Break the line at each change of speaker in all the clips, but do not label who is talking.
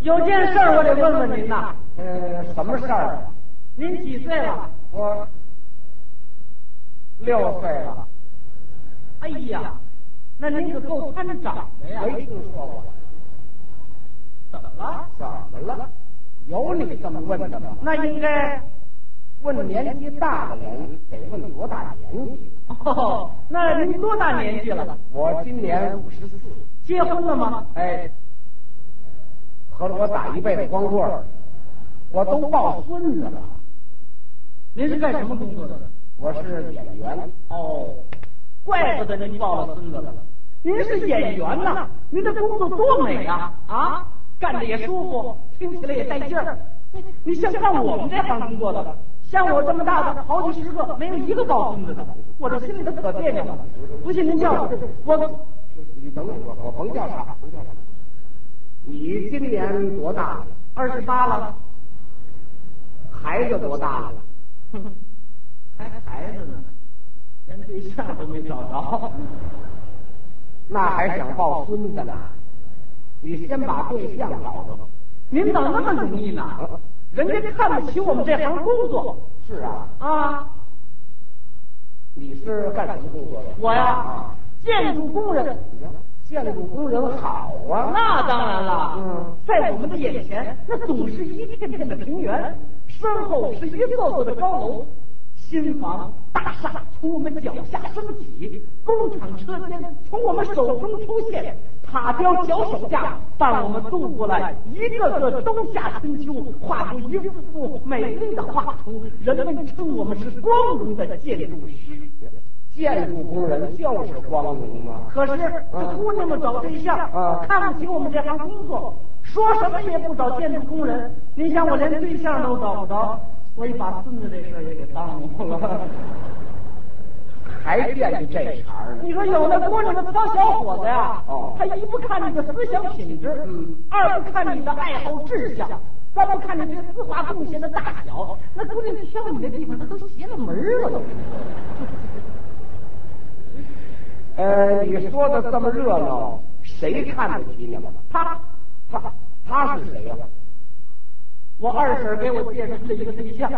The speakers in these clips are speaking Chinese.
有件事儿我得问问您呐，
呃，什么事儿啊？
您几岁了？
我六岁了，
哎呀，那您可够参长的呀！
没听说过，
怎么了？
怎么了？有你这么问的吗？
那应该
问年纪大的人得问多大年纪。
哦，那您多大年纪了？
我今年五十四，
结婚了吗？
哎，合着我打一辈子光棍儿，我都抱孙子了。
您是干什么工作的？
我是演员，
哦，怪不得您抱了孙子了。您是演员呐，您的工作多美啊！啊，干着也舒服，听起来也带劲儿。你像干我们这行工作的，像我这么大的，好几十个，没有一个抱孙子的，我这心里头可别扭了。不信您叫我，
你等等我，我甭叫啥，甭叫啥。你今年多大了？
二十八了，
孩子多大了？
还孩子呢，连对象都没找着。
那还想抱孙子呢？你先把对象找着。
您怎么那么容易呢？人家看不起我们这行工作
是啊，
啊！
你是干什么工作的？
我呀
啊，
建筑工人。
你看建筑工人好啊。
那当然了，
嗯
在我们的眼前，那总是一片片的平原，身后是一座座的高楼，新房大厦从我们脚下升起，工厂车间从我们手中出现，塔吊脚手架伴我们度过了一个个冬夏春秋，画出一幅幅美丽的画图，人们称我们是光荣的建筑师。
建筑工人就是光荣嘛。
可是这姑娘们找对象，
啊
看不起我们这行工作，说什么也不找建筑工人。你想我连对象都找不着，所以把孙子这事儿也给耽误 了。
还惦记这茬儿呢？
你说有那姑娘们当小伙子呀，
哦
他一不看你的思想品质，
嗯
二不看你的爱好志向，三不看你对丝滑贡献的大小，那姑娘挑你的地方，她都邪了门儿了都。
呃，你说的这么热闹，谁看得起你们？
她，
他他是谁呀、
我二婶给我介绍了一个对象，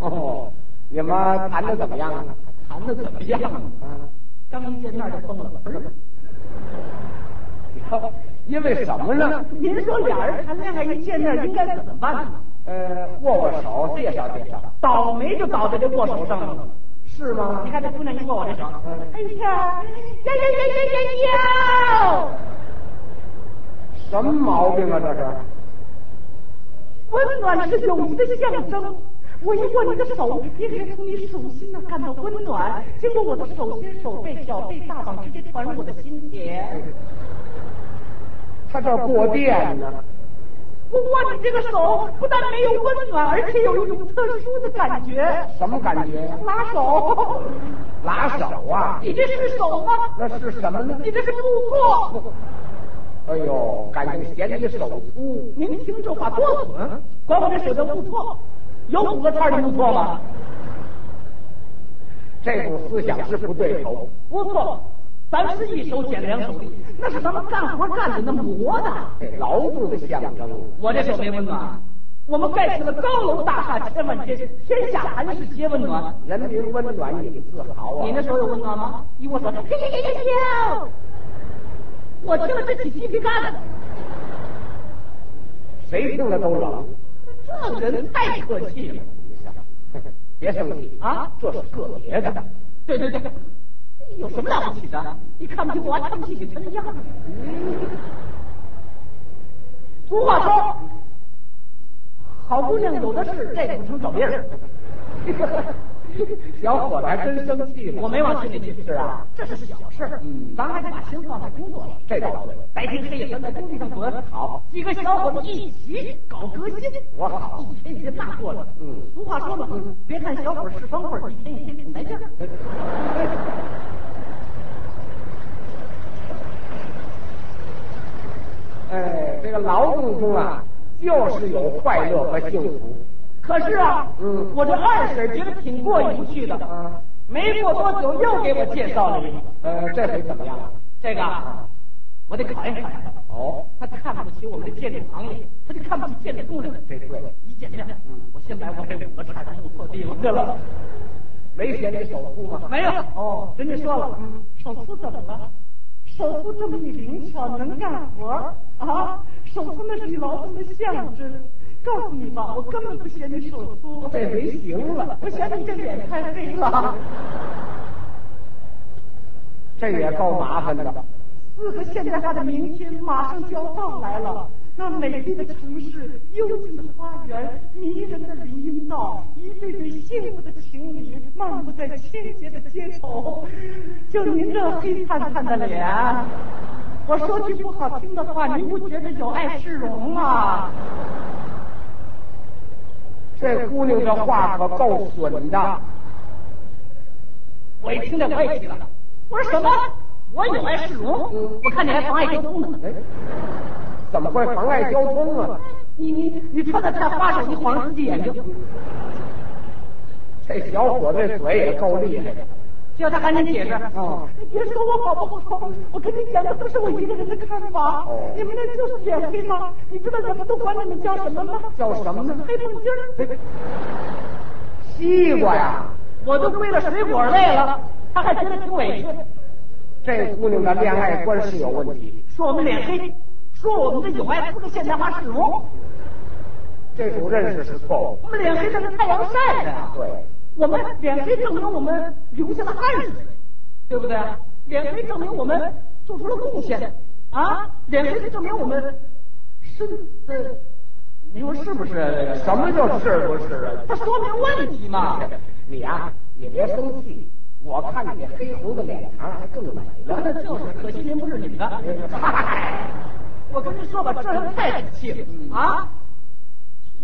哦，你们谈的怎么样啊？
谈的怎么样啊？
啊，
刚一见面就崩了门儿。
因为什么呢？
您说俩人谈恋爱一见面应该怎么办呢？
呃，握握手，介绍介绍，
倒霉就倒在这握手上了。
是吗
你看这姑娘一握我这手，哎呀，呀呀呀呀呀呀！
什么毛病啊？这是？
温暖是友谊的象征。我一握你的手，也可以从你手心那感到温暖，经过我的手心、手背、脚背、大膀，直接传入我的心田。
他这儿过电呢？
我握你这个手，不但没有温暖，而且有一种特殊的感觉。
什么感觉呀？
拉手，
拉手啊？
你这是手吗？
那是什么呢？
你这是布措。
哎呦，感觉嫌你手粗。
您听这话多损，管我这手叫不错，有五个叉的不错吗？
这种思想是不对头。
不错，咱是一手捡两手力，那是咱们干活干的那磨的。
这劳动的象征，
我这手没温暖，我们盖起了高楼大厦千万间，天下寒士皆温暖。
人民温暖，你自豪啊！
你那手有温暖吗？依我所知，嘿嘿嘿嘿嘿我听了这起鸡皮疙瘩，
谁听了都冷。
这人太客气了
别生气，
啊！
这是个别的。
对对对，有什么了不起的？你看不起我，还看不起你成那样子。俗话说，好姑娘有的是，这不成找别 人。
小伙子还真生气呢。
我没往心里去，
是啊，
这是小事儿。
嗯
咱还得把心放在工作上。
这倒对。
白天黑夜，咱在工地上滚。
好，
几个小伙子一起搞革新，
我好
一天一天大过了。
嗯嗯
俗话说嘛，别看小伙儿是方块儿，一天一天挺来劲儿。
哎，这个劳动中啊，就是有快乐和幸福。
可是啊，
嗯
我这二婶觉得挺过意不去的。
啊，
没过多久又给我介绍了一个，
呃，这回怎么样啊？
这个啊我得考验考验。
哦，
他看不起我们的建筑行业，他就看不起建筑工人。
这对了
一见面，我先把我这五个铲子都破地方去了。
没嫌你手粗吗？
没有
哦
人家说了，手粗怎么了？手粗这么一灵巧，能干活儿啊！手粗那是你劳动的象征。告诉你吧，我根本不嫌你手粗，
这回行了，
我嫌你这脸太黑了。
这也够麻烦的。
四个现代化的明天马上就要到来了，那美丽的城市、幽静的花园、迷人的林荫道，一对对幸福的情侣漫步在清洁的街头。就您这黑灿灿的脸，我说句不好听的话，您不觉得有碍市容吗？
这姑娘这话可够损的。
我一听这我也气了，我说什么？我有碍市容？我看你还妨碍交通呢！
哎，怎么会妨碍交通啊？
你你你穿的太花哨，你晃了自己眼睛。
这小伙子这嘴也够厉害的。
叫他赶紧解释。
哦
你别说我好不好？我跟你讲的都是我一个人的看法。
哦
你们那就是脸黑吗？你知道咱们都管你们叫什么吗？
叫什么呢哎
黑蹦筋儿。
西瓜呀，
我都为了水果累
哎
了，他还觉得挺委屈，
这姑娘的恋爱观是有问题。
说我们脸黑，说我们这有爱不是现代化市容，
这种认识是错误
我。们脸黑这是太阳晒的呀。
对，
我们脸黑证明我们流下了汗水，对不对？脸黑证明我们做出了贡献啊！脸黑是证明我们身呃，你说是不是？啊
什么叫是不是啊？
它说明问题嘛。
你啊，你别生气，我看你这黑红的脸庞还更美
聊的
了。
就是，可惜您不是女的。 嗨，我跟您说吧，这人太小气了啊！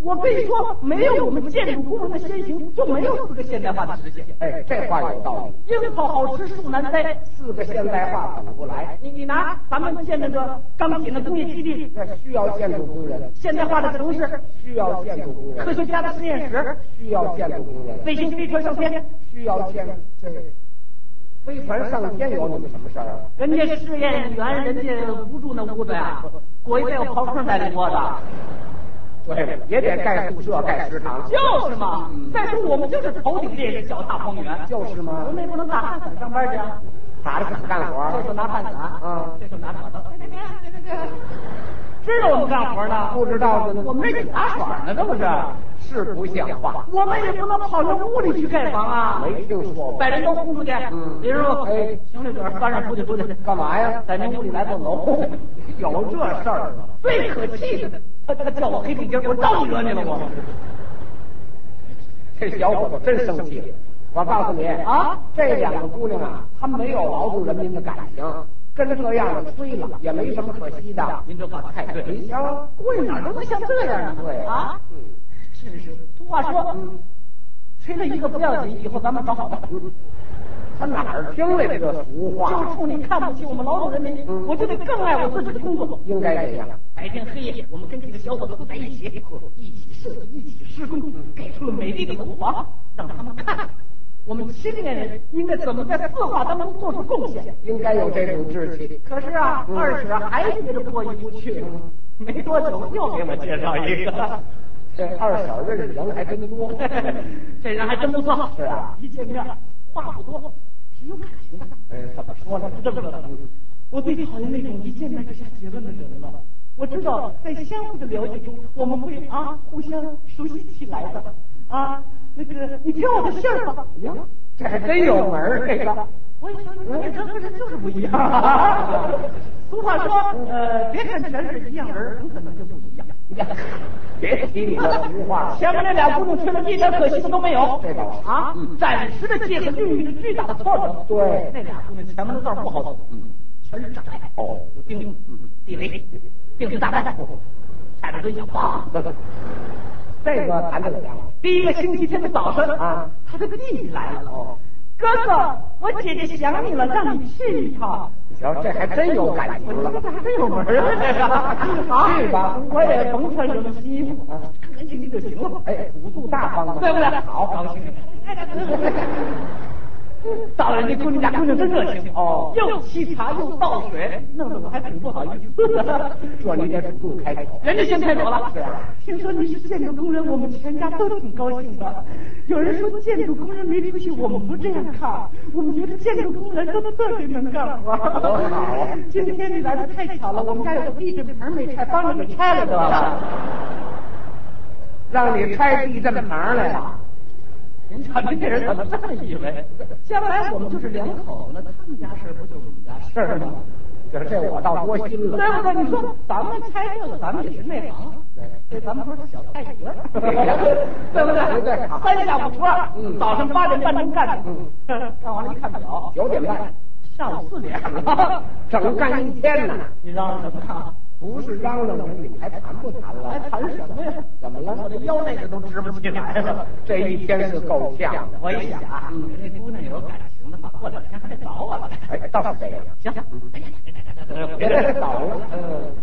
我跟你说，没有我们建筑工人的先行，就没有四个现代化的实现。
哎，这话有道理。
樱桃好吃树难栽，
四个现代化等不来，
你你拿咱们建那个钢铁的工业基地，
那需要建筑工人，
现代化的城市，
需要建筑工
科
人，
学家的实验室，
需要建筑工人，
卫星飞船上天，
需要建这飞船上天有你们什么事儿啊？
人家试验员人家不住那屋子呀，裹一被有刨坑在里窝的，
对了，也得盖宿舍、盖食堂。
就是嘛。再说我们就是头顶烈日，脚踏荒原，
就是嘛
我们也不能打汗伞上班去啊，
打着伞干活儿，
这手拿汗伞，
啊
这手拿铲子，知道我们干活呢，
不知道的呢
我们这打耍呢，这不是？
是不像话，
我们也不能跑到屋里去盖房啊，
没听说过
把。人都轰出去。
嗯
李师傅，
哎
行李卷搬上出去出去，
干嘛呀？
在您屋里来栋楼。
有这事儿吗？
最可气的，他他叫我黑皮筋儿，我招惹你了我
这小伙子真生气。我告诉你
啊！
这两个姑娘啊，她没有劳动人民的感情，跟着这样的吹了也没什么可惜的。哎
您这话太对了，
你瞧，
过哪儿都能像这样呢？
对
啊，
嗯
是是。俗话说，嗯吹了一个不要紧，以后咱们找好的。
她哪儿听来的这俗
就
话？
冲你看不起我们劳动人民，
嗯
我就得更爱我自己的工作。
应该这样。
白天黑夜，我们跟这个小伙子都在一起，一起设计，一起施工，给出了美丽的国防，让他们看看我们青年人应该怎么在四化当中做出贡献。
应该有这种志气。
可是啊，二十啊还觉着过意不去，没多久又给我介绍一个，
这二婶儿认识人还真多。
这人还真不错。
是啊
一见面话不多，只有感情大。
哎，怎么说呢？
这么的，我最讨厌那种一见面就下结论的人了。我知道，在相互的了解中，我们会啊互相熟悉起来的。啊，那个，你听我的信儿吧。哎
行，哎这还真有门儿。这个
我也想，你这个人就是不一样。俗话说，呃，别看全是一样人，很可能就不一样。
别提你这俗话 了。
前面那俩姑娘吹了一点可惜的都没有，
这倒是
啊，暂时的借口就遇着巨大的挫折。
对嗯
那俩姑娘前面的字儿不好读，全是障碍。
哦嗯
有钉钉、地雷、定时炸弹，踩着蹲下，砰！
这个谈得了。
第一个星期天的早晨
啊，
他的弟弟来了。
哦，
哥哥，我姐姐想你了，让你去一趟。
你瞧，这还真有感情了。
这还真有门 儿啊！这个
去吧啊
我也甭穿什么西服，干干净
哎
净就行了。
哎，五度大方嘛。
对不对？
好，
高兴。到人家姑娘家，姑娘真热情
哦
又沏茶又倒水，弄得我还挺不好意思。
这你得主动开口。
人家先开口了
是啊，
听说你是建筑工人，我们全家都挺高兴的。有人说建筑工人没出息，我们不这样看，我们觉得建筑工人都特别能干活。
多好啊
今天你来的太巧了，我们家有个地震棚没拆，帮着给拆了得了。
让你拆地震棚来了。
您瞧您这人怎么这么以为？将来我们就是两口子，他们家事儿不就是我们家事儿吗？
这这我倒多心了。
对不对？你说咱们拆这个，咱们也是内行，这咱们说是小太 爷们儿，对不对？
对对好
三下五除二，早上八点半钟干， 干完了一看表，
九点半，
下嗯午四点 了，
整干一天呢。
你嚷嚷什么呀？
不是嚷嚷你，你还谈不谈了？
还谈什么呀？
怎么了？
我的腰那个都直不起来了。
这一天是够呛的。
我一想，哎嗯那姑娘有感情的话，过两天还得找我了。
哎，到谁呀？
行行，哎呀，
别再倒了。嗯，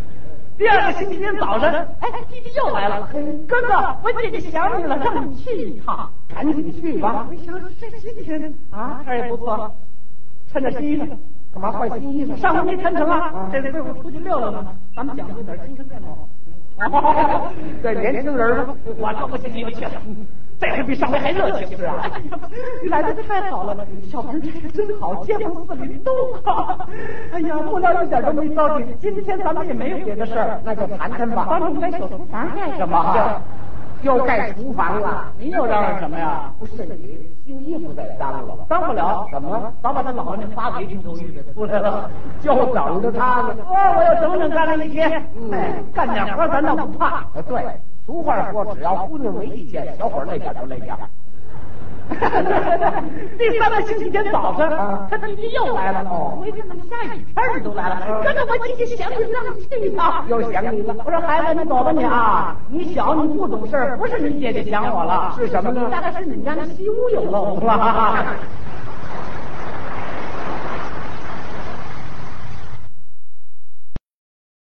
第二个星期天早晨，哎，弟弟又来了，哥哥，我姐姐想你了，让你去一趟。哎
赶紧去吧。
我一想说这新鲜啊，这儿也不错，趁着新鲜。
干嘛换新衣裳？
上回没穿成啊，这次队伍出去遛遛吧，咱们讲究点精神面貌。
这年轻人嘛，
我可不信你们去了，这回比上回还热情是啊！你 来的太好了，小鹏这个真好，街坊四邻都好。 哎呀，不料一点都没糟践。今天咱们也没有别的事儿，
那就谈谈吧。
帮助该小厨房干什么
呀？又盖厨房了。
您又嚷嚷什么呀？
不是你新衣服在脏了，
当不了，
怎么？
早把他老人家发围巾头巾给出来了。
就等着他呢。
哦，我要整整干了一天，哎，干点活咱倒不怕。
啊，对，俗话说，只要姑娘没意见，小伙儿累点儿就累点儿。
第三个星期天早晨
啊，
他弟弟又来了。
哦
我一听怎么下雨天儿都来
啊
了？哥哥，我姐姐想你让你去吧。
又想你了
我说孩子，你走吧你啊，你小你不懂事儿，不是你姐姐想我了，
是什么呢
大概是你们家那西屋有漏了。